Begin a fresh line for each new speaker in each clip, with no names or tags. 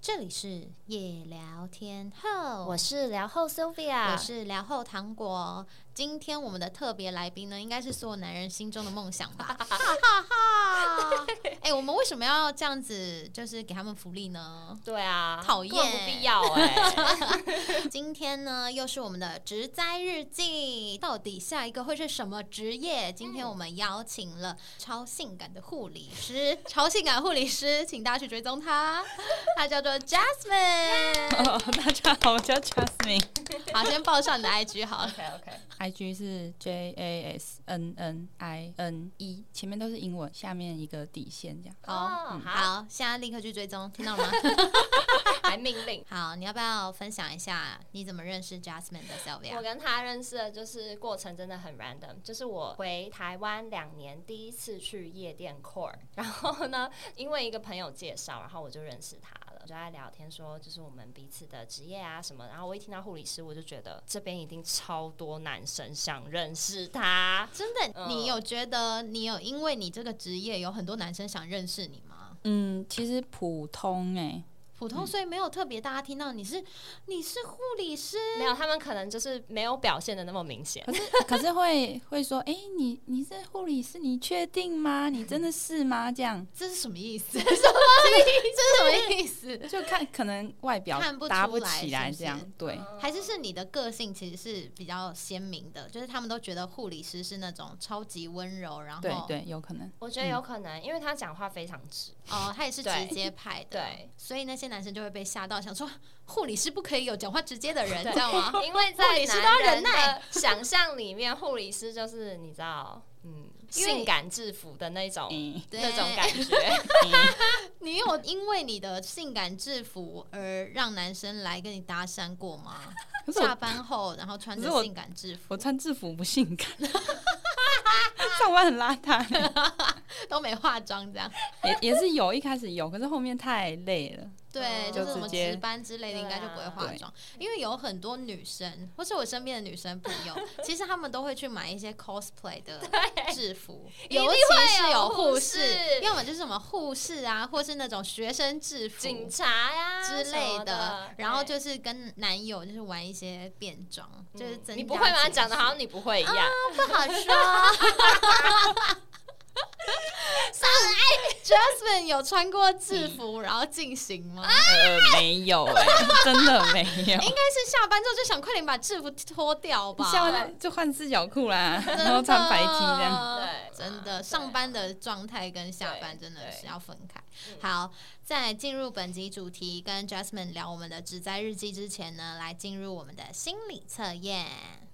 这里是夜聊天后，
我是啊聊后 Sylvia，
我是聊后糖果。今天我们的特别来宾呢，应该是所有男人心中的梦想 吧？哈 哈哈！哎，我们为什么要这样子，就是给他们福利呢？
对啊，
讨厌
根本不必要 哎、
今天呢，又是我们的职灾日记，到底下一个会是什么职业？今天我们邀请了超性感的护理 师，超性感护理师，请大家去追踪她，她叫做 Jasmine。
哦， 大家好，我叫 Jasmine，IG
好，先报上你的 IG 好了。
OK OK，
是 J A S N N I N E，前面都是英文，下面一个底线这样。
好，嗯
哦好，
好，现在立刻去追踪，听到 了吗？
还命令。
好，你要不要分享一下你怎么认识 Jasmine 的 Sylvia？
我跟他认识的就是过程真的很 random，就是我回台湾两年第一次去夜店 core，然 后呢，因为一个朋友介绍，然后我就认识他了，就在聊天说就是我们彼此的职业啊什么，然后我一听到护理师，我就觉得这边一定超多男生想认识他，
真的，
嗯
你有觉得你有因为你这个职业有很多男生想认识你吗？
嗯，其实普通哎、
普通，所以没有特别大家听到你是你是护理师，
没有他们可能就是没有表现的那么明显，
可是 可是会会说，哎、你你是护理师，你确定吗？你真的是吗？这样
这是什么意思？什嗯么意思？这是什么意 思？
就看可能外表
看不出
搭不哦
来
起来
是不是
这样，对。
还是是你的个性其实是比较鲜明的，就是他们都觉得护理师是那种超级温柔，然后
对对，有可能。
我觉
嗯
得有可能，因为他讲话非常 直。
哦，他也是直
对
接派 的，
对，
所以那些男生就会被吓到，想说护理师不可以有讲话直接的人，
对
知道吗？
因为
护
在
理师都要
男人
忍耐
的想象里面，护理师就是你知道，嗯，
因为
性感制服的那种
嗯，
对哎
那种感觉。
你有因为你的性感制服而让男生来跟你搭讪过吗？
可是
下
我
班后，然后穿
可
着
是我
性感制服
我穿制服不性感， 上班很邋遢，
都没化妆，这样
也也是有，一开始有，可是后面太累了。
对，
哦
就是
就
什么
直接
值班之类的，
对啊
应该就不会化妆。因为有很多女生，或是我身边的女生朋友，其实她们都会去买一些 cosplay 的制服，
一定
尤
会
其是
有
有护
护
士，
士
要么就是什么护士啊，或是那种学生制服。
警察呀、
之
啊什
类的
么的，，
然后
对
就是跟男友就是玩一些变装，就是
嗯
增
你不会
加啊
吗？
情
讲的
绪
好像你不会一样。
哦不好说。上 哎，Jasmine 有穿过制
嗯
服然后进行吗？应
呃，没有哎、 真的没 有。
该是下班之后就想快点把制服脱掉吧。
下班就换四角裤啦，
真的
然后穿白 T 这样。
对
真
对
的
啊
上班的状态跟下班
对
真的是
对
要分开。好，在进入本集主题跟 Jasmine 聊我们的职灾日记之前呢，来进入我们的心理测验。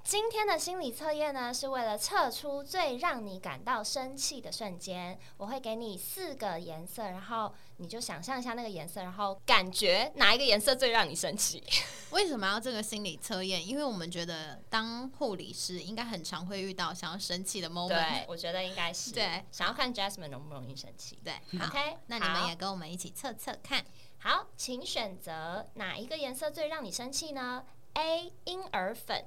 今天的心理测验呢，是为了测出最让你感到生气的瞬间。我会给你四个颜色，然后你就想象一下那个颜色，然后感觉哪一个颜色最让你生气。
为什么要这个心理测验？因为我们觉得当护理师应该很常会遇到想要生气的 moment。
对，我觉得应该是
对
想要看 Jasmine 容不容易生气。
对，好
OK，
那你们
好
也跟我们一起测测看。
好，请选择哪一个颜色最让你生气呢？A. 婴儿粉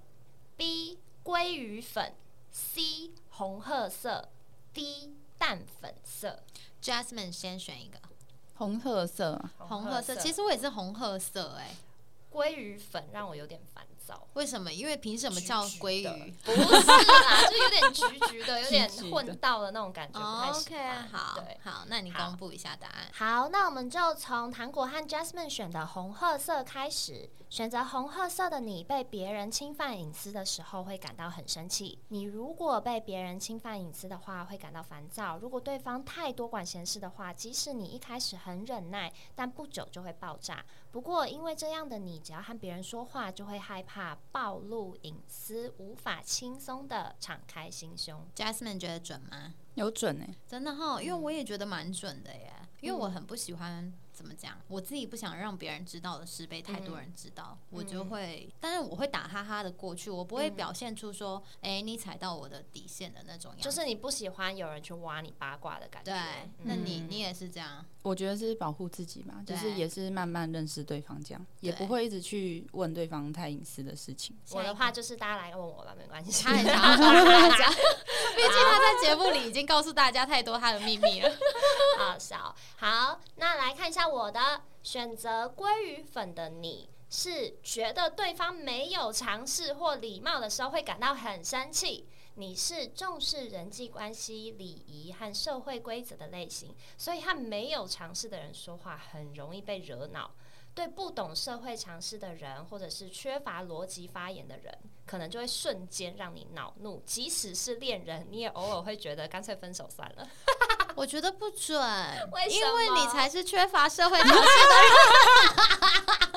，B. 鲑鱼粉，C. 红褐色，D. 淡粉色。
Jasmine 先选一个
红褐色啊，
红褐色，其
实
实我也是红褐色哎、
鲑鱼粉让我有点烦躁。
为什么？因为凭什么叫
橘橘
鲑
的
鱼？
不是啦，就有点橘橘的，有点
橘橘的
混到的那种感觉，不太
哦
喜欢。
OK，好
对，
好，那你
好
公布一下答案。
好，那我们就从糖果和 Jasmine 选的红褐色开始。选择红褐色的你，被别人侵犯隐私的时候会感到很生气。你如果被别人侵犯隐私的话，会感到烦躁。如果对方太多管闲事的话，即使你一开始很忍耐，但不久就会爆炸。不过，因为这样的你，只要和别人说话，就会害怕暴露隐私，无法轻松的敞开心胸。
Jasmine 觉得准吗？
有准哎、
真的哈、因为我也觉得蛮准的耶。因为我很不喜欢怎么讲，我自己不想让别人知道的事被太多人知道，我就会，但是我会打哈哈的过去，我不会表现出说，哎、你踩到我的底线的那种样子。
就是你不喜欢有人去挖你八卦的感觉。
对，那你
嗯
你也是这样，
我觉得是保护自己嘛，就
对
是也是慢慢认识对方，这样也
对
不会一直去问对方太隐私的事情。
我的话就是大家来问我吧，没 关系。
他很想要告诉大 家，毕竟他在节目里已经告诉大家太多他的秘密了。
好少好，那来看一下我的，选择鲑鱼粉的你是觉得对方没有尝试或礼貌的时候会感到很生气。你是重视人际关系、礼仪和社会规则的类型，所以和没有尝试的人说话很容易被惹恼。对不懂社会常识的人，或者是缺乏逻辑发言的人，可能就会瞬间让你恼怒。即使是恋人，你也偶尔会觉得干脆分手算了。
我觉得不准，
为什
因
么
为你才是缺乏社会常识的人。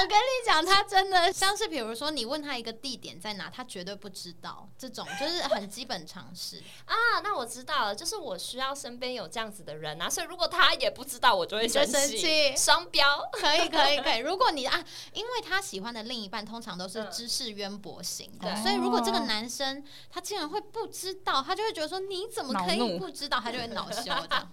我跟你讲，他真的像是，比如说你问他一个地点在哪，他绝对不知道，这种就是很基本常识。
啊，那我知道了，就是我需要身边有这样子的人啊，所以如果他也不知道，我就会
你就
生
生气
双标，
可以，可以，可以。如果你啊，因为他喜欢的另一半通常都是
嗯
知识渊博型的，
对
所以如果这
哦
个男生他竟然会不知道，他就会觉得说你怎么可
恼
以
怒
不知道，他就会恼羞这样，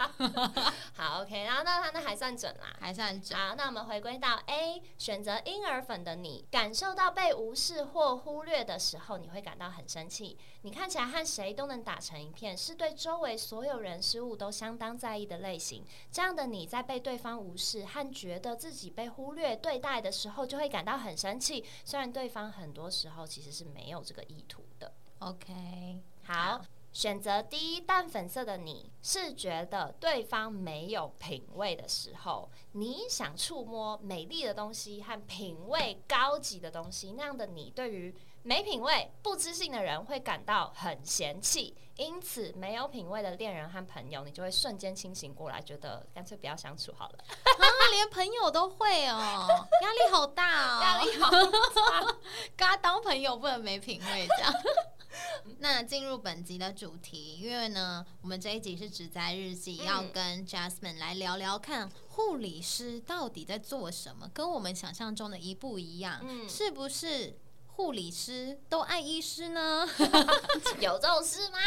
好 OK，然后那他那还算准啦。
还是很准。
好，那我们回归到 A，选择婴儿粉的你，感受到被无视或忽略的时候，你会感到很生气。你看起来和谁都能打成一片，是对周围所有人事物都相当在意的类型。这样的你在被对方无视和觉得自己被忽略对待的时候，就会感到很生气。虽然对方很多时候其实是没有这个意图的。
OK，
好，选择第一淡粉色的你是觉得对方没有品味的时候，你想触摸美丽的东西和品味高级的东西，那样的你对于没品味、不知性的人会感到很嫌弃。因此，没有品味的恋人和朋友，你就会瞬间清醒过来，觉得哎干脆不要相处好了，
他啊连朋友都会 哦，压力好 大哦，
压力好
跟他当朋友不能没品味这样。 那进入本集的主题，因为呢，我们这一集是只在日记，
嗯
要跟 Jasmine 来聊聊看护理师到底在做什么，跟我们想象中的一不一样，
嗯
是不是？护理师都爱医师 呢，
有这种事吗？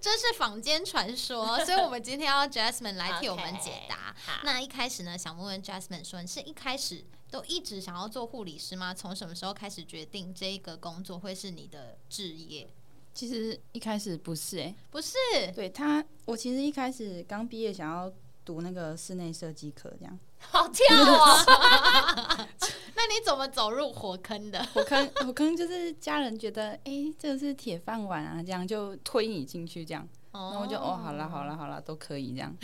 这是坊间传说，所以我们今天要 Jasmine 来替我们
OK，
解答。
好
那一开始呢，想问问 Jasmine 说，你是一开始都一直想要做护理师吗？从什么时候开始决定这一个工作会是你的职业？
其实一开始不是哎、
不是，
对他，我其实一开始刚毕业想要读那个室内设计科， 这样
好跳哦！
那你怎么走入火坑 的？
火坑火坑就是家人觉得哎、诶这个是铁饭碗啊，这样就推你进去这样，然后我就哦好啦好啦好啦都可以这样。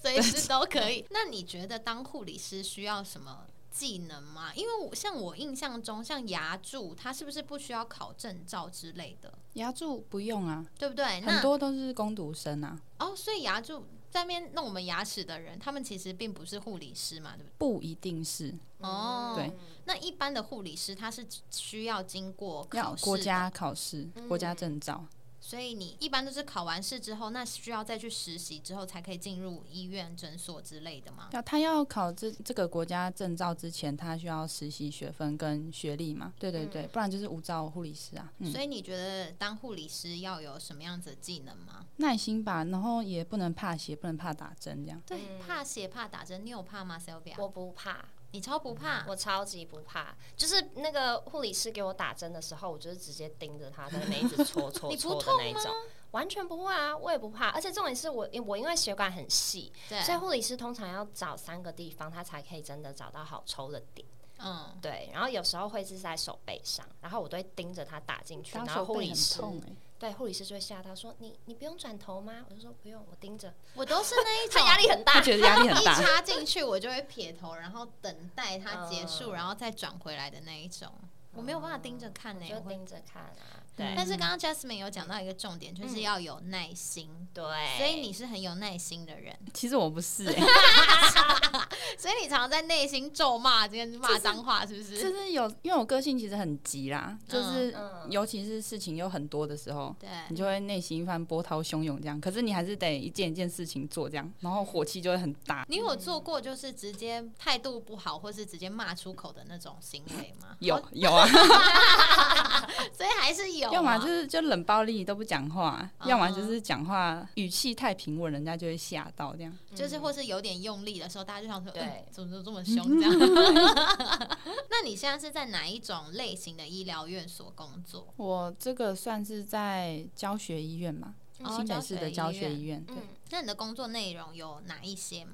随时都可 以。那你觉得当护理师需要什么技能吗？因为我像我印象中，像牙柱，他是不是不需要考证照之类的，
牙柱不用啊，
对不对？
很
哎那
多都是工读生啊，
哦，所以牙柱在那边弄我们牙齿的人，他们其实并不是护理师嘛，对不对？
不一定是
哦，
嗯
对，
那一般的护理师他是需要经过
要
考试嗯
国
的
家考试、国家证照。
所以你一般都是考完试之后，那需要再去实习之后才可以进入医院、诊所之类的吗？
要他要考这这个国家证照之前，他需要实习学分跟学历嘛？对对对，不然就是无照护理师啊。嗯，
嗯所以你觉得当护理师要有什么样子的技能吗？
耐心吧，然后也不能怕血，不能怕打针这样。
对，
嗯
怕血怕打针，你有怕吗，Sylvia？
我不怕。
你超不怕，
我超级不怕，就是那个护理师给我打针的时候，我就是直接盯着他在那边一直戳戳
你不
戳的
痛
那一种，完全不会啊，我也不怕。而且重点是我我因为血管很细，
对，
所以护理师通常要找三个地方，他才可以真的找到好抽的点。
嗯，
对，然后有时候会是在手背上，然后我都会盯着他打进去，
打
然
手
后护
背
理
很
师
痛哎、
对护理师就会吓到说你你不用转头吗？我就说不用，我盯着，
我都是那一
他
种
压力很
他
大。
觉得压力很
一
大。
插进去，我就会撇头，然后等待它结束，
嗯
然后再转回来的那一种。我没有办法盯着看
我
呢、
就
我会
盯着看啊，
嗯
对
但是刚刚 Jasmine 有讲到一个重点，就是要有耐心。
对，
所以你是很有耐心的人，
嗯其实我不是哎、
所以你常常在内心咒骂，这个骂脏话，是不？
就是是有，因为我个性其实很急啦，就是
嗯
尤其是事情又很多的时候。
对，
你就会内心一番波涛汹涌这样，可是你还是得一件一件事情做这样，然后火气就会很大。
你有做过就是直接态度不好，或是直接骂出口的那种行为 吗？
有有啊，
所以还是有啊，
要么就是就冷暴力都不讲话，
嗯
要么就是讲话语气太平稳，人家就会吓到这样。
嗯
就是或是有点用力的时候，大家就想说，
对
嗯怎么这么凶这样？嗯 那你现在是在哪一种类型的医疗院所工作？
我这个算是在教学医院嘛，
哦
新北市的教学医院，对
嗯
那你的工作内容有哪一些吗？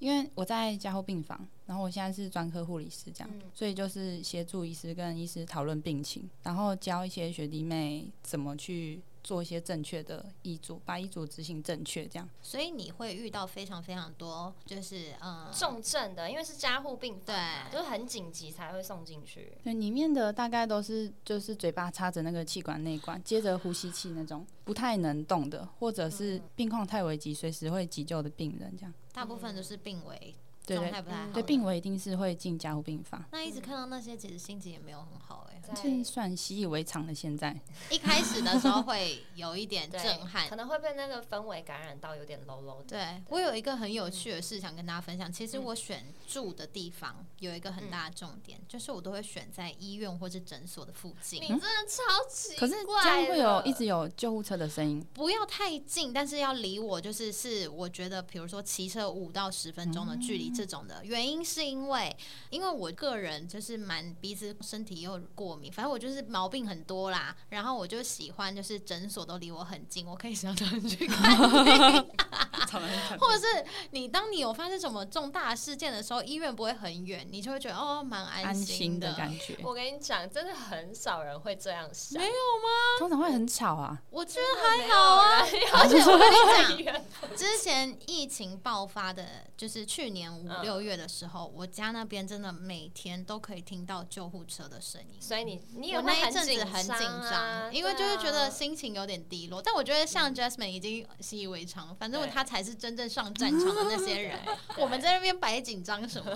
因为我在加护病房，然后我现在是专科护理师这样，
嗯
所以就是协助医师跟医师讨论病情，然后教一些学弟妹怎么去做一些正确的医嘱，把医嘱执行正确这样。
所以你会遇到非常非常多，就是嗯，
重症的，因为是加护病房嘛，
对
就是很紧急才会送进去。
对，里面的大概都是就是嘴巴插着那个气管内管，接着呼吸器那种不太能动的，或者
嗯
是病况太危急，随时会急救的病人这样。
大部分都是病危，
对
状
对
态不太好的
嗯
对，病危一定是会进加护病房，
那一直看到那些，其实心情也没有很好哎、
在
这算习以为常的。现在
一开始的时候会有一点
对
震撼
可。能会被那个氛围感染到，有点 low low 的。
对我有一个很有趣的事想跟大家分享。其实我选住的地方有一个很大的重点，就是我都会选在医院或是诊所的附近
你，真的超奇怪
可是
的，
这样会有一直有救护车的 声音，
不要太近，但是要离我就是是我觉得，比如说骑车五到十分钟的距离这种的。原因是因为，因为我个人就是蛮鼻子身体又过敏，反正我就是毛病很多啦。然后我就喜欢就是诊所都离我很近，我可以想常去看病。或者是你当你有发生什么重大事件的时候，医院不会很远，你就会觉得哦蛮
安心
心
的感觉，
我跟你讲，真的很少人会这样想
哦没，有啊吗？
通常会很吵啊。
我觉得
还
好啊，
而且我
跟
你讲，
之前疫情爆发的，就是去年五
嗯
六月的时候，我家那边真的每天都可以听到救护车的声音。
所以你你也
我
会
那一阵子
很
很紧
张啊
张，因为就是觉得
对啊嗯
心情有点低落。但我觉得像 Jasmine 已经习以为常，反正
对
他才是真正上 战场的那些人。我们在那边白紧张什么？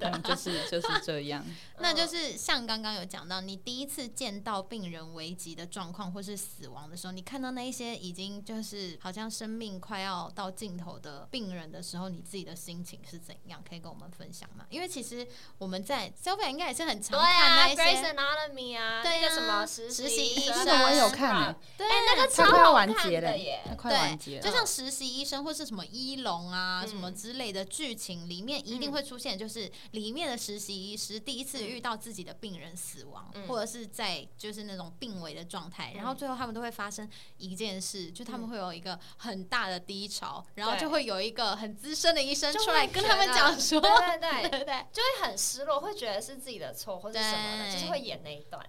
嗯就是就是这 样，
那就是像刚刚有讲到，你第一次见到病人危急的状况或是死亡的时候，你看到那一些已经就是好像生命快要到尽头的病人的时候，你自己的心情是怎样？可以跟我们分享吗？因为其实我们在消费应该也是很
对
常
啊
看
，Grace
那一些，
Anatomy 啊，
对啊
那个什么实
实习医
医生，
生那啊个我
有看欸
哎，
对
那个超
它快要
好
完
看
结
的
了
耶，
它快完结
对，就
了。
像实习医生或是什么医龙啊、
嗯
什么之类的剧情里面，一定会出现，就是里面的实习医师第一次遇到自己的病人死亡，
嗯
或者是在就是那种病危的状态，
嗯
然后最后他们都会发生一件事，就他们会有一个很大的低潮，然后
对
就会有一个很资深的医生
就
出来
会
跟
觉
他们
得
讲说，
对
对
对对，
对对。
就会很失落，会觉得是自己的错或者什么
对
的，就是会演那一段。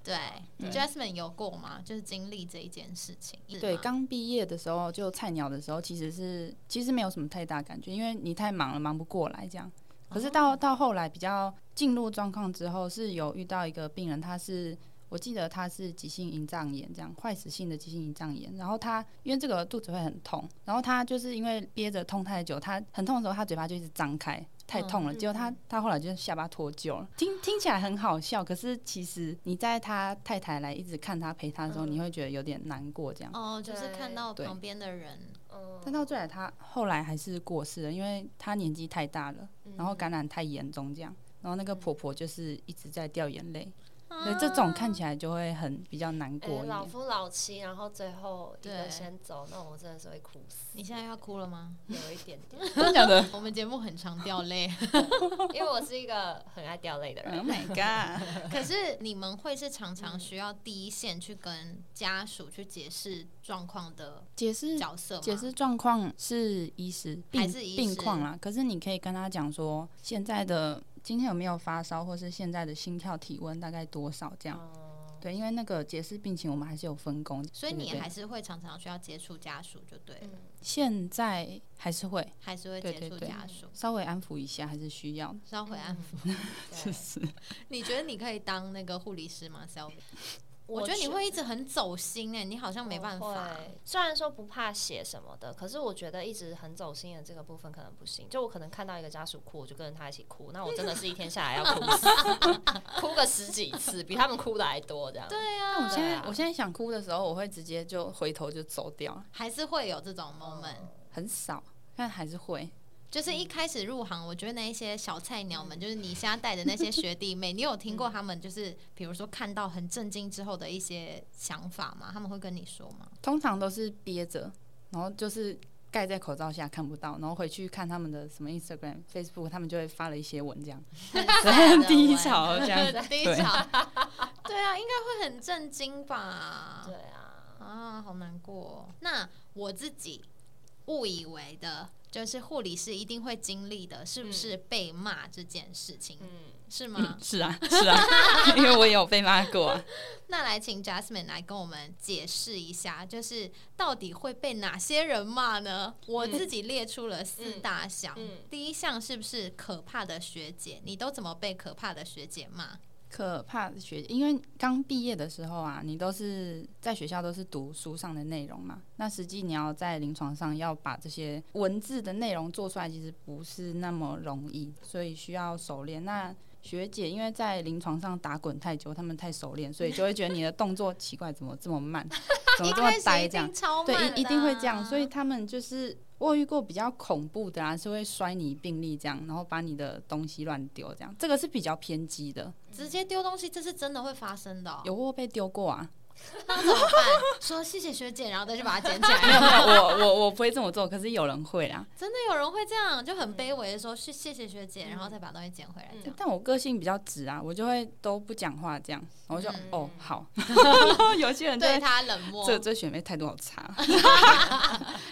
对，Jasmine 有过吗？就是经历这一件事情，是
对，
吗
刚毕业的时候就菜鸟的时候，其实是其实没有什么太大感觉，因为你太忙了，忙不过来这样。可是
哦
到到后来比较进入状况之后，是有遇到一个病人，他是我记得他是急性胰脏炎，这样坏死性的急性胰脏炎。然后他因为这个肚子会很痛，然后他就是因为憋着痛太久，他很痛的时候，他嘴巴就一直张开。太痛了，
嗯
结果他他后来就下巴脱臼了。听听起来很好笑，可是其实你在他太太来一直看他陪他的时候，
嗯
你会觉得有点难过这样。
哦，就是
对
看到
对
旁边的人，
嗯
但到最后，他后来还是过世了，因为他年纪太大了，
嗯
然后感染太严重这样。然后那个婆婆就是一直在掉眼泪，所
啊
以这种看起来就会很比较难
哎
过一
老
点。
夫老妻，然后最后一个
对
先走，那我真的是会哭死，
你现在要哭了吗？
有一点点，
真的假的
我们节目很常掉 泪，
因为我是一个很爱掉泪的人。
？Oh my god！
可是你们会是常常需要第一线去跟家属去解释状况的
解释
角色吗？
解释状况是医师
啊还
病
是医师
病况啦，可是你可以跟他讲说，现在的今天有没有发烧，或是现在的心跳、体温大概多少这样。
嗯
对，因为那个解释病情，我们还是有分工。
所以
对对
你
对
还是会常常需要接触家属，就对了，
嗯
现在还是会
还是会
对
接
对
触
对
家属，
稍微安抚一下，还是需要的。
稍微安抚。
嗯对
是
你觉得你可以当那个护理师吗 s e l v
我
我觉得你会一直很走心哎，你好像没办法
我。会虽然说不怕血什么的，可是我觉得一直很走心的这个部分可能不行。就我可能看到一个家属哭，我就跟着他一起哭，那我真的是一天下来要哭死， 哭个十几次，比他们哭的还多这样。
对
那我
啊，
现在、
对啊
我现在想哭的时候，我会直接就回头就走掉，
还是会有这种 moment。
嗯
很少，但还是会。
就是一开始入行，我觉得那一些小菜鸟
嗯
们，就是你现在带的那些学弟妹，你有听过他们就是，比如说看到很震惊之后的一些想法吗？他们会跟你说 吗？
通常都是憋着，然后就是盖在口罩下看不到，然后回去看他们的什么 Instagram、Facebook，他们就会发了一些文 这样，很 低 潮这样。
低潮，对啊，应该会很震惊吧？
对啊，
啊，好难过哦、那我自己误以为的，就是护理师一定会经历的，是不是被骂这件事情？
嗯，
是
嗯
吗？
是啊，是 啊，因为我也有被骂过啊。
那来请 Jasmine 来跟我们解释一下，就是到底会被哪些人骂呢？
嗯
我自己列出了四大项，
嗯嗯
第一项是不是可怕的学姐？你都怎么被可怕的学姐骂？
可怕的学姐，因为刚毕业的时候啊，你都是在学校都是读书上的内容嘛，那实际你要在临床上要把这些文字的内容做出来，其实不是那么容易，所以需要熟练。那学姐因为在临床上打滚太久，他们太熟练，所以就会觉得你的动作奇怪，怎么这么慢，怎么
一
这么
开始
呆
一
这样
定？超慢、啊
对，一一定会这样，所以他们就是我有遇过比较恐怖的啊，是会摔你病历这样，然后把你的东西乱丢这样，这个是比较偏激的。
直接丢东西，这是真的会发生的、哦。
有过被丢过啊？
那怎么办？说谢谢学姐，然后再去把它捡起
没有没
来。
有，我我我不会这么做，可是有人会啦。
真的有人会这样，就很卑微的说是谢谢学
嗯
姐，然后再把东西捡回来
嗯
这样。
但我个性比较直啊，我就会都不讲话这样，然后就、
嗯
哦 好。有些人就
对
会
他冷漠，
这这学妹态度好差，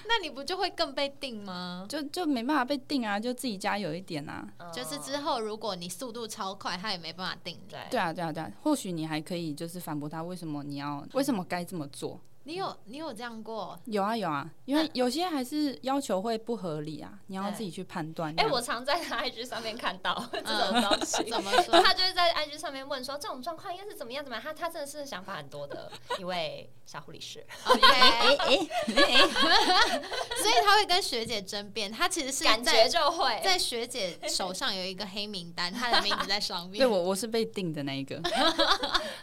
那你不就会更被定吗？
就就没办法被定啊，就自己加油一点啊。
就是之后如果你速度超快，他也没办法定你。
对
对啊对啊对啊，或许你还可以就是反驳他，为什么你要为什么该这么做？
你有你有这样过？
有啊有啊，因为有些还是要求会不合理啊，你要
对
自己去判断啊这
哎、
样。
我常在他 IG 上面看到 这种东西。
嗯怎么说？
他就是在 IG 上面问说这种状况应该是怎么样怎么样，他他真的是想法很多的一位小护理 师，
OK，所以他会跟学姐争辩，他其实是
感觉
在
哎就会嗯
在学姐手上有一个黑名单，他的名字在上面。
对我我是被定的那一个。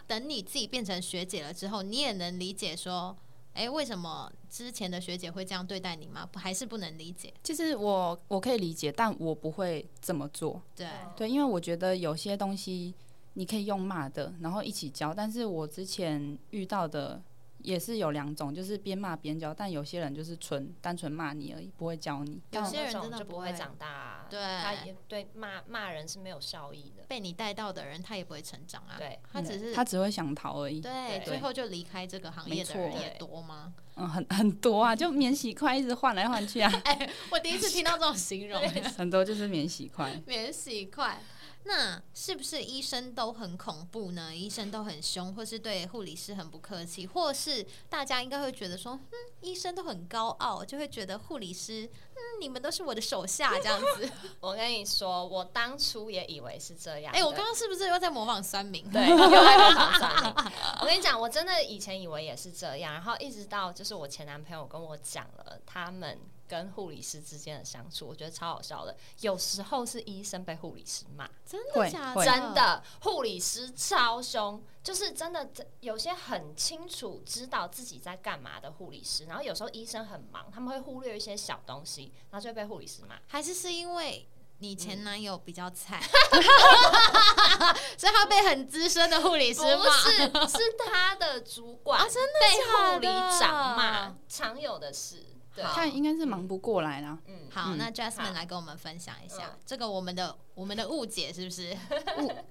等你自己变成学姐了之后，你也能理解说，哎、为什么之前的学姐会这样对待你吗？不还是不能理解？
其实我我可以理解，但我不会这么做。
对，
对，因为我觉得有些东西你可以用骂的，然后一起教。但是我之前遇到的也是有两种，就是边骂边教，但有些人就是纯单纯骂你而已，不会教你。
有
像
些人
那种
真的
就
不
不
会
会长大、啊，
对
他也对骂骂人是没有效益的，
被你带到的人，他也不会成长啊。
对，
他只是、
嗯他只会想逃而已。
对
对
最后就离开这个行业的人
没错
也多吗？
嗯，很很多啊，就免洗筷一直换来换去啊，
我第一次听到这种形 容，
很多就是免洗筷。
免洗筷。那是不是医生都很恐怖呢？医生都很凶，或是对护理师很不客气，或是大家应该会觉得说，嗯，医生都很高傲，就会觉得护理师，嗯，你们都是我的手下这样 子。
我跟你说，我当初也以为是这样的。
哎、我刚刚是不是又在模仿酸民？
对，又来模仿算 命。我跟你讲，我真的以前以为也是这样，然后一直到就是我前男朋友跟我讲了他们跟护理师之间的相处，我觉得超好笑的。有时候是医生被护理师骂，
真的
会
假的？
会
真，的护理师超凶，就是真的有些很清楚知道自己在干嘛的护理师，然后有时候医生很忙，他们会忽略一些小东西，然后就会被护理师骂。
还是是因为你
嗯
前男友比较菜， 所以他被很资深的护理师
不
骂。
是，是他的主管
啊真
被
假的
护理长骂，常有的事。对，
好
他应该是忙不过来啦，
嗯，
好，
嗯
那 Jasmine
好
来跟我们分享一下、
嗯
这个我们的我们的误解是不是？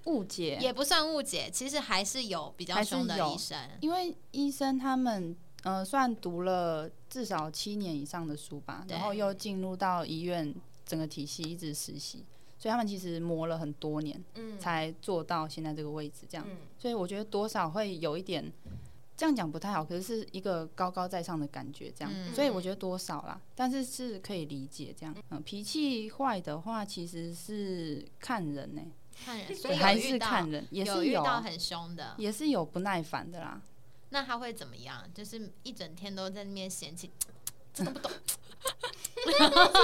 误误解
也不算误解，其实还是有比较
还是
凶的
有
医生。
因为医生他们呃，算读了至少七年以上的书吧，
对
然后又进入到医院整个体系一直实习，所以他们其实磨了很多年
嗯，
才做到现在这个位置，这样。
嗯
所以我觉得多少会有一点，这样讲不太好，可是是一个高高在上的感觉，这样。
嗯
所以我觉得多少啦，但是是可以理解这样。嗯、脾气坏的话，其实是看人呢、
看人，所
对，
以
还
有
是
遇到
看人，也
有
是
遇
有
到
啊，
很凶的，
也是有不耐烦的啦。
那他会怎么样？就是一整天都在那边嫌弃，真的不懂。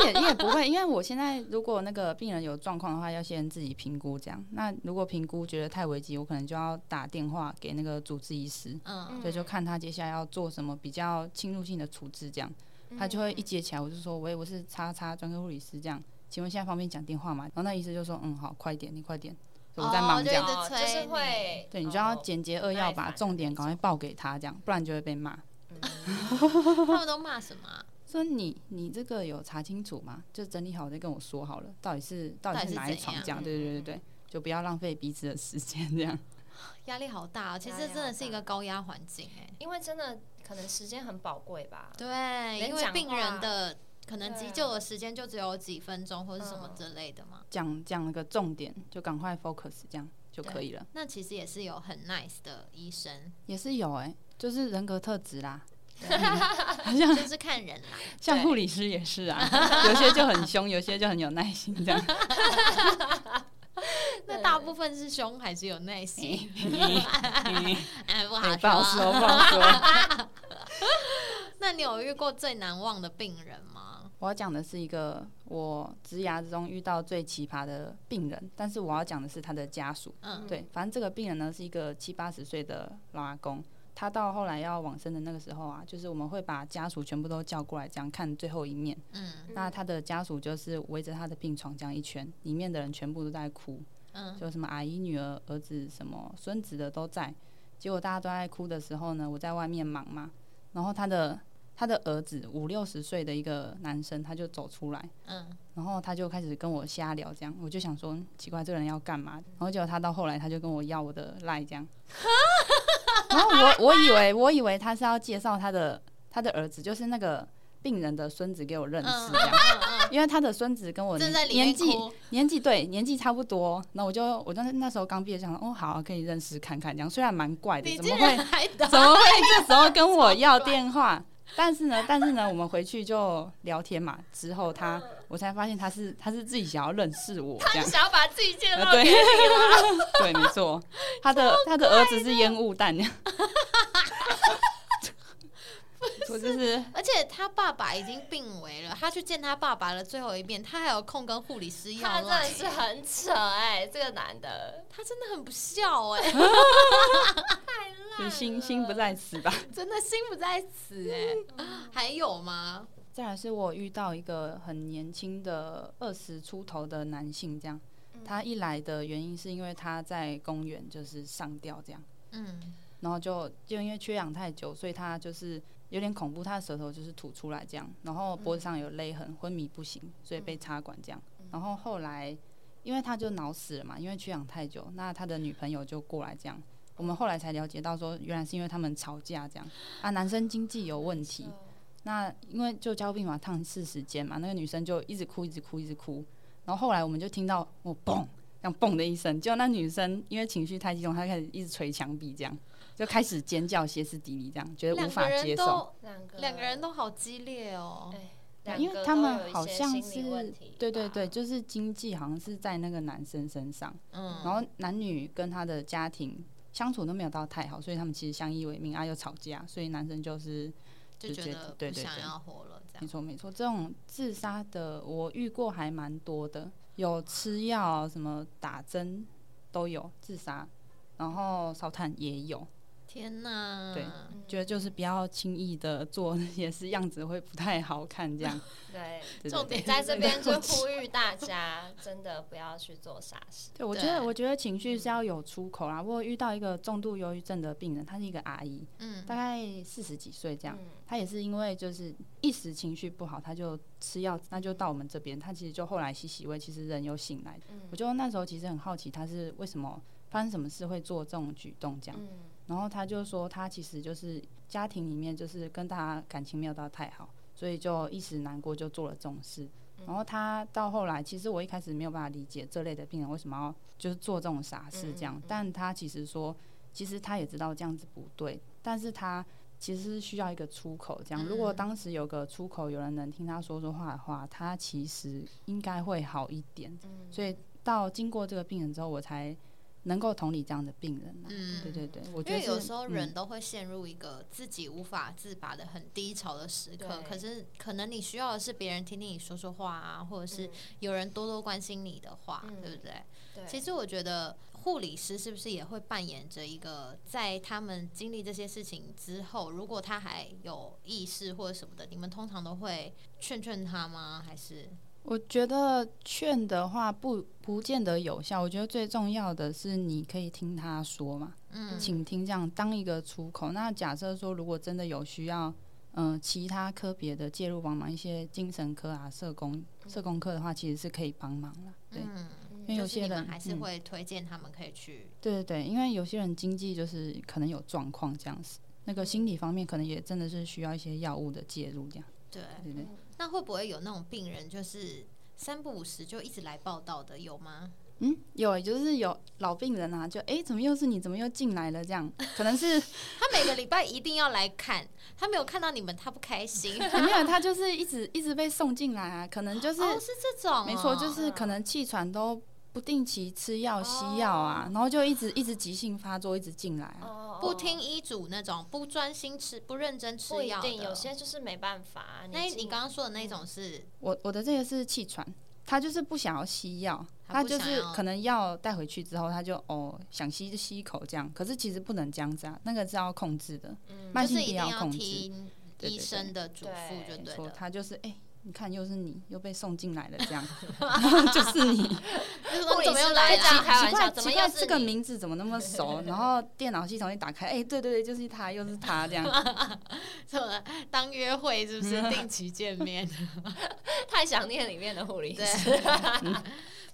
也也不会，因为我现在如果那个病人有状况的话，要先自己评估这样。那如果评估觉得太危急，我可能就要打电话给那个主治医师，
嗯，
所以就看他接下来要做什么比较侵入性的处置这样。
嗯
他就会
嗯
一接起来，我就说喂，我是叉叉专科护理师这样，请问现在方便讲电话吗？然后那医师就说嗯好，快点，你快点，我在忙这样。
哦
哦就是会，
对你就要
哦
简洁扼要把重点赶快报给他，这样不然就会被骂。
哦嗯
他们都骂什么啊？
说你你这个有查清楚吗？就整理好再跟我说好了，到底是到
到底
底
是
是哪一床
怎样嗯
这样？对对对对对，就不要浪费彼此的时间这 样。
压力好大哦，其实
压力
真
好
的是一
大
个高压环境哎。
因为真的可能时间很宝贵吧。
对，
能
因为
讲
病人
话
的可能
对
急
啊
救的时间就只有几分钟或是什么之类的嘛。
讲讲了个重点，就赶快 focus 这样就可以了。
那其实也是有很 nice 的医生，
也是有哎、就是人格特质啦，
就是看人啊啦。
像护理师也是啊， 有些就很凶，有些就很有耐心这样。
那大部分是凶还是有耐心？ 哎，不好
哎不好
说。
说，不好 说。
那你有遇过最难忘的病人吗？
我要讲的是一个我职涯之中遇到最奇葩的病人，但是我要讲的是他的家属。
嗯，
对，反正这个病人呢是一个七八十岁的老阿公，他到后来要往生的那个时候啊，就是我们会把家属全部都叫过来，这样看最后一面。
嗯
那他的家属就是围着他的病床这样一圈，里面的人全部都在哭，
嗯
就什么阿姨、女儿、儿子、什么孙子的都在。结果大家都在哭的时候呢，我在外面忙嘛，然后他的他的儿子五六十岁的一个男生，他就走出来，
嗯，
然后他就开始跟我瞎聊，这样我就想说嗯奇怪，这个人要干嘛？然后结果他到后来他就跟我要我的赖 这样，然后我我以为我以为他是要介绍他的他的儿子，就是那个病人的孙子给我认识这样，因为他的孙子跟我
嗯正在
年
里面
年纪
哭，
年纪对年纪差不多，那我就我当时那时候刚毕业，想说哦好、可以认识看看这样，虽然蛮怪的，
你
怎
竟
么会
然还 打
怎么会这时候跟我要电话？但是呢，但是呢，我们回去就聊天嘛。之后他，我才发现他是他是自己想要认识我 这样。
想要把自己介
呃
绍
对
给
对，没错，他的他的儿子是烟雾弹。 我就是
而且他爸爸已经病危了，他去见他爸爸的最后一面，他还有空跟护理师
他
要
真的
赖，
是很扯哎、这个男的
他真的很不孝哎、
就心心不在此吧。
真的心不在此哎、还有吗？
再来是我遇到一个很年轻的二十出头的男性，这样，他一来的原因是因为他在公园就是上吊这样。
嗯，
然后就就因为缺氧太久，所以他就是有点恐怖，他的舌头就是吐出来这样，然后脖子上有勒痕，昏迷不醒，所以被插管这样。然后后来，因为他就脑死了嘛，因为缺氧太久，那他的女朋友就过来这样。我们后来才了解到说，原来是因为他们吵架这样啊，男生经济有问题。那因为就交病嘛，烫四时间嘛，那个女生就一直哭，一直哭，一直哭。然后后来我们就听到我嘣，这样嘣的一声，结果那女生因为情绪太激动，她开始一直捶墙壁这样。就开始尖叫、歇斯底里，这样觉得无
两
法
个人
接受。
都
两个
两个人都好激烈哦。
哎
对
两
因
个
为
都
他
有
们
一
好
些心
像
理
是
问题
对对
吧
对，就是经济好像是在那个男生身上，
嗯，
然后男女跟他的家庭相处都没有到太好，所以他们其实相依为命啊，又吵架，所以男生就是
就觉
就觉
得
得
不
对对
想
对
要活了这
没
样。
错没错，这种自杀的我遇过还蛮多的，有吃药啊什么打针都有自杀，然后烧炭也有，
天哪！嗯
对
嗯
觉得就是不要轻易的做那些事，样子会不太好看 这样。
对，
对对
重
对
点
在这边就呼吁大家，真的不要去做傻事。
对，我觉
对
得我觉得情绪是要有出口啦。我有遇到一个重度忧郁症的病人，她是一个阿姨，
嗯
大概四十几岁这样。
嗯
她也是因为就是一时情绪不好，她就吃药，那就到我们这边。她其实就后来洗洗胃，其实人有醒来。
嗯
我就那时候其实很好奇，她是为什么发生什么事会做这种举动这样。
嗯，
然后她就说，她其实就是家庭里面就是跟大家感情没有到太好，所以就一时难过就做了这种事。然后她到后来，其实我一开始没有办法理解这类的病人为什么要就是做这种傻事这样，但她其实说，其实她也知道这样子不对，但是她其实是需要一个出口这样。如果当时有个出口，有人能听她说说话的话，她其实应该会好一点。
嗯
所以到经过这个病人之后，我才能够同理这样的病人、啊。
嗯
对对对，我觉
因
得
为有
是
时候
嗯
人都会陷入一个自己无法自拔的很低潮的时刻，
对
可是可能你需要的是别人听听你说说话啊，或者是
嗯
有人多多关心你的话，
嗯
对不对？
对，
其实我觉得护理师是不是也会扮演着一个，在他们经历这些事情之后，如果他还有意识或者什么的，你们通常都会劝劝他吗？还是
我觉得劝的话不不见得有效，我觉得最重要的是你可以听他说嘛，
嗯
请听这样当一个出口。那假设说如果真的有需要，嗯、其他科别的介入帮忙，一些精神科啊、社工、社工科的话，其实是可以帮忙啦。对，
嗯，
因为有
就是
些
你
人
们还是
嗯
会推荐他们可以去
对对对，因为有些人经济就是可能有状况这样子，那个心理方面可能也真的是需要一些药物的介入这样。
对。
对对对，
那会不会有那种病人就是三不五时就一直来报道的，有吗？
嗯，有，就是有老病人啊，就哎、诶怎么又是你？怎么又进来了？这样，可能是
他每个礼拜一定要来看，他没有看到你们，他不开心。
没有，他就是一直一直被送进来啊，可能就是、
哦，是这种哦、
没错，就是可能气喘都不定期吃药西药啊，然后就一直一直急性发作，一直进来啊。
哦
不听医嘱那种，不专心吃，不认真
不
吃
一
药的。
定，有些就是没办法。
那
进
你刚刚说的
嗯
那种是，
我我的这个是气喘，他就是不想要吸药，
他
他
不
就
想
是
要
可能药带回去之后，他就哦想吸就吸一口这样，可是其实不能这样子啊，那个是要控制的，
嗯
慢
就是
性
一定
病要
要
控制。
听
对对
医
对
生的嘱咐就
对
没
对
错，
了。
他就是哎、你看又是你又被送进来了这样，然后就是你。
就是
护
说你
理
怎么
师
又
来
来
这样
了？
开玩
哎奇怪，
笑，怎么
奇
又
怪，
是
这个
你
名字怎么那么熟？ 然后电脑系统一打开，哎、对对对，就是他，又是他，这 样
怎么当 约会是不 是定期见面？
太想念里面的护理师。
对。
嗯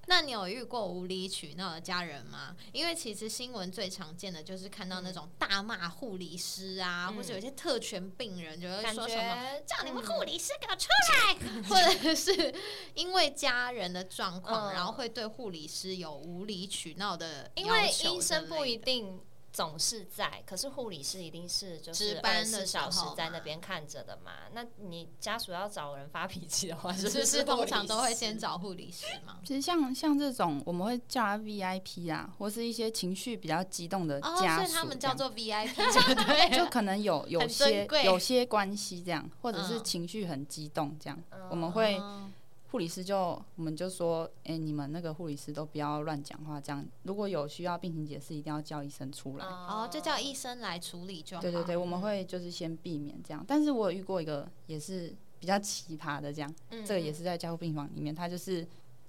那你有遇过无理取闹的家人吗？因为其实新闻最常见的就是看到那种大骂护理师啊，
嗯
或者有一些特权病人就会
感
说
觉
什么叫你们护
理，
理师给我出来， 或者是因为家人的状况，
嗯
然后会对护理师有无理取闹的
因为
要嗯求之类的
医生不一定总是在，可是护理师一定是就
值
是
班的
四
时候
小时在
嘛
那边看着的嘛。那你家属要找人发脾气的话，
是
就
不
是
是
护
通
理
常都会先
师
找护理师嘛？
其实像像这种，我们会叫他 VIP 啊，或是一些情绪比较激动的
哦，
家
所
属、
以他们叫做 VIP，
这样
对
就可能 有有
很珍
些
贵
有些关系这样，或者是
嗯
情绪很激动这样，
嗯
我们会
哦
护理师就我们就说，哎、你们那个护理师都不要乱讲话，这样如果有需要病情解释，一定要叫医生出
嗯
来。
哦，就叫医生来处理就好。
对对对，我们会就是先避免这样。但是我有遇过一个也是比较奇葩的这样，
嗯
这个也是在加护病房里面，他就是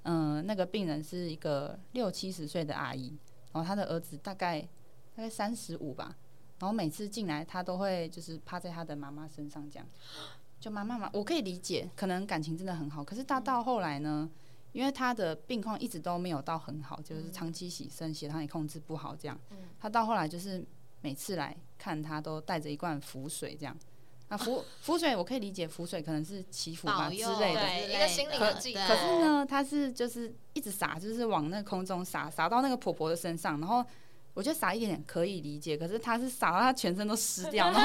嗯、那个病人是一个六七十岁的阿姨，然后她的儿子大概大概三十五吧，然后每次进来他都会就是趴在他的妈妈身上这样，就妈妈嘛，我可以理解，可能感情真的很好，可是到到后来呢？因为他的病况一直都没有到很好，就是
嗯
长期洗肾，血糖也控制不好，这样
嗯。
他到后来就是每次来看他都带着一罐符水这样。那 符符水我可以理解，符水可能是祈福吧
保
之
佑
类的。
对
之
一个
类
心
的
理的寄
对
可是呢，他是就是一直撒，就是往那个空中撒，撒到那个婆婆的身上，然后。我觉得撒一点点可以理解，可是他是撒到他全身都湿掉， 然后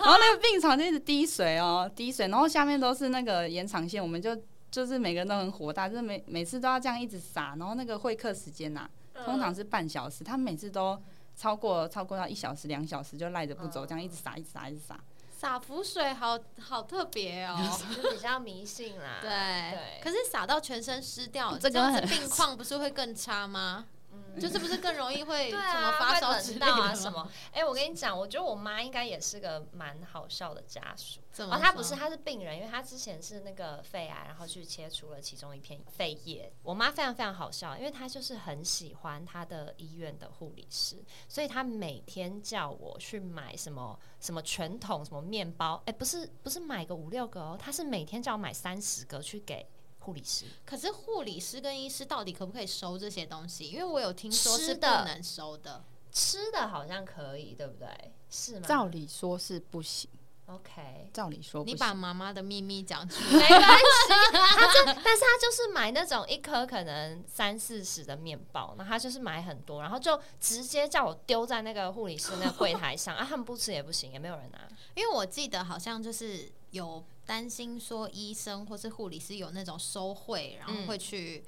然后那个病床就一直滴水哦，滴水，然后下面都是那个延长线，我们就就是每个人都很火大，就是每每次都要这样一直撒，然后那个会客时间呐、
嗯
嗯
通常是半小时，他每次都超过超过到一小时、两小时就赖着不
嗯
走，这样一直撒、一直撒、一直撒。
洒浮水好好特别哦。
就比较迷信啦。
对，
对
可是洒到全身湿掉，
这个
样子
很
病况不是会更差 吗？
嗯，
就是不是更容易 会什
对
么
啊，
发
会
烧
冷
之类的
到
吗
啊什？么？哎、我跟你讲，我觉得我妈应该也是个蛮好笑的家属。
怎么
哦，
说？
她不是，她是病人，因为她之前是那个肺癌，然后去切除了其中一片肺叶。我妈非常非常好笑，因为她就是很喜欢她的医院的护理师，所以她每天叫我去买什么什么全桶什么面包，哎、不是不是买个五六个哦，她是每天叫我买三十个去给护理师。
可是护理师跟医师到底可不可以收这些东西？因为我有听说
吃
是不
的
能收的。
吃的好像可以，对不对？是吗？
照理说是不行，
OK，
照理说不
你
行。
把妈妈的秘密讲出
没
来，
关系，他 就但是他就是买那种一颗可能三四十的面包，然后他就是买很多，然后就直接叫我丢在那个护理师那柜台上啊，他们不吃也不行，也没有 人拿。
因为我记得好像就是有担心说医生或是护理师有那种收贿，然后
嗯
会去，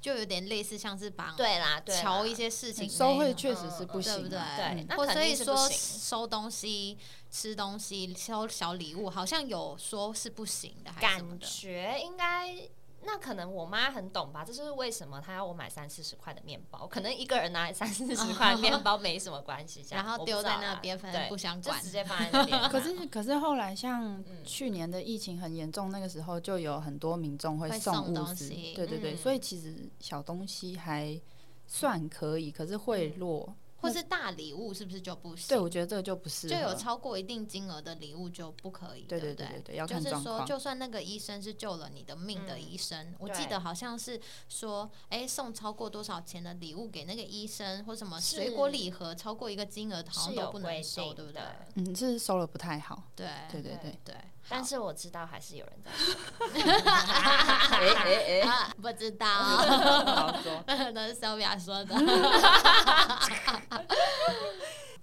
就有点类似像是把
对啦，对啦，
瞧一些事情
收
那
贿
种
确实是不行、啊，
对不对？
对那
嗯或
肯
所以
定是不
说
行
收东西、吃东西、收小礼物，好像有说是不行的，还是什么
感
的？
觉应该。那可能我妈很懂吧，这就是为什么她要我买三四十块的面包，可能一个人拿三四十块的面包没什么关系，这样
然后
我不知
丢
道啊
在
啦
那边，反正不
对，
想
就
管
直。接放在那边啦。
可是，可是后来像
嗯
去年的疫情很严重，那个时候就有很多民众会
会
送
送
物
东
资
西，
对对对，
嗯
所以其实小东西还算可以，可是会落
或是大礼物是不是就不行？
对，我觉得这个就不是
就有超过一定金额的礼物就不可以，
对
不
对对对对，要看
就
状
是说，
况。
就算那个医生是救了你的命
嗯
的医生，我记
对
得好像是说，哎，送超过多少钱的礼物给那个医生，或什么
是
水果礼盒超过一个金额，好
是
像
有
都不
规
能收，
定
对不对？
的，
嗯，是收了不太好。
对
对对
对
对，
对，
但
好
是我知道还是有人在。
哎哎
啊不知道。
哎，不好说。
那是 Sylvia 说的，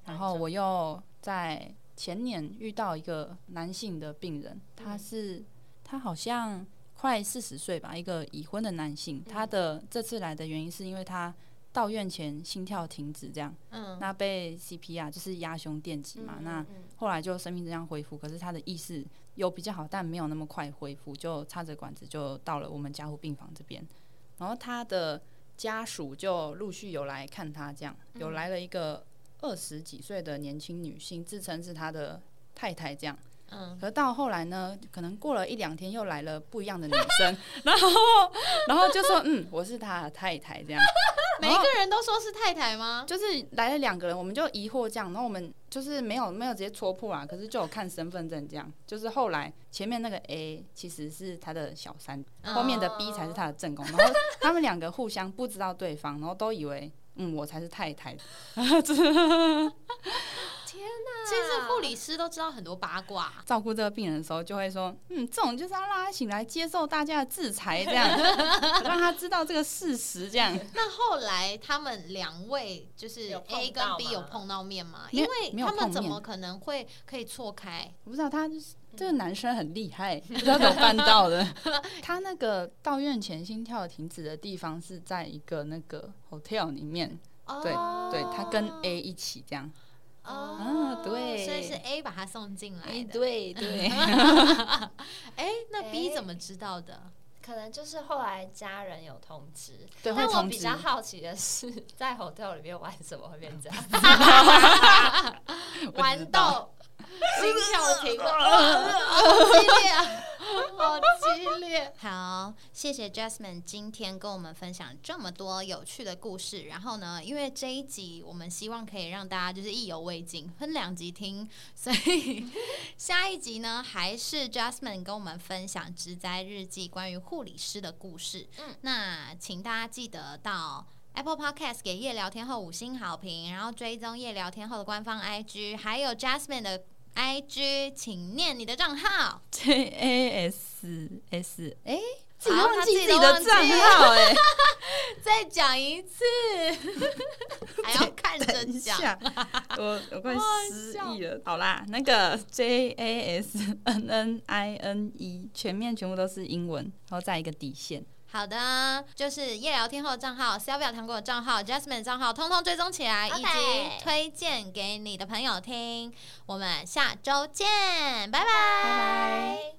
然后我又在前年遇到一个男性的病人，他是他好像快四十岁吧，一个已婚的男性。他的这次来的原因是因为他到院前心跳停止，这样
嗯，
那被 CPR 就是压胸电击嘛，那后来就生命这样恢复，可是他的意识有比较好，但没有那么快恢复，就插着管子就到了我们加护病房这边。然后他的家属就陆续有来看他，这样有来了一个二十几岁的年轻女性，自称是他的太太，这样。
嗯，
可到后来呢，可能过了一两天，又来了不一样的女生，然后然后就说嗯，我是他的太太这样。
每一个人都说是太太吗？
就是来了两个人，我们就疑惑这样，然后我们就是没有没有直接戳破啊，可是就有看身份证这样。就是后来前面那个 A 其实是他的小三，
哦
哦后面
啊
的 B 才是他的正宫，然后他们两个互相不知道对方，然后都以为嗯我才是太太，
其实护理师都知道很多八卦，
照顾这个病人的时候，就会说，嗯，这种就是要让他醒来，接受大家的制裁，这样让他知道这个事实，这样。
那后来他们两位就是
有碰
A
到
跟 B
吗
有碰到面吗？
没
因
有
为
没有
他们
碰
怎
面
么可能会可以错开？
我不知道他就是这个男生很厉害， 不知道怎么办到的。 他那个到院前心跳停止的地方是在一个那个 hotel 里面，对
哦
对他跟 A 一起这样。
哦
啊对
所以是 A 把他送进来的。
对对，
哎，那 B
哎
怎么知道的？
可能就是后来家人有通知，
对
但
会
我
通
比
知
较好奇的是，在 hotel 里面玩什么会变 这样？
不知
玩
道
到心跳停了， 好激烈啊！ 好激烈。好，谢谢 Jasmine 今天跟我们分享这么多有趣的故事。然后呢，因为这一集我们希望可以让大家就是意犹未尽，分两集听，所以下一集呢，还是 Jasmine 跟我们分享《植栽日记》关于护理师的故事。嗯
嗯，
那请大家记得到 Apple Podcast 给夜聊天后五星好评，然后追踪夜聊天后的官方 IG，还有 Jasmine 的 IG，请念你的账号。
J A S S，哎，自己
好
忘
他
记
自己
自
都
己的
忘记
账号哎，
再讲一 次，还要看着
等一
讲。
下，我我快失忆了。好啦，那个 J A S N N I N E 全面全部都是英文，然后再一个底线。
好的，就是夜聊天后的账号、小表糖果的账号、Jasmine 的账号，通通追踪起来
OK
以及推荐给你的朋友听。我们下周见，拜拜。
拜拜。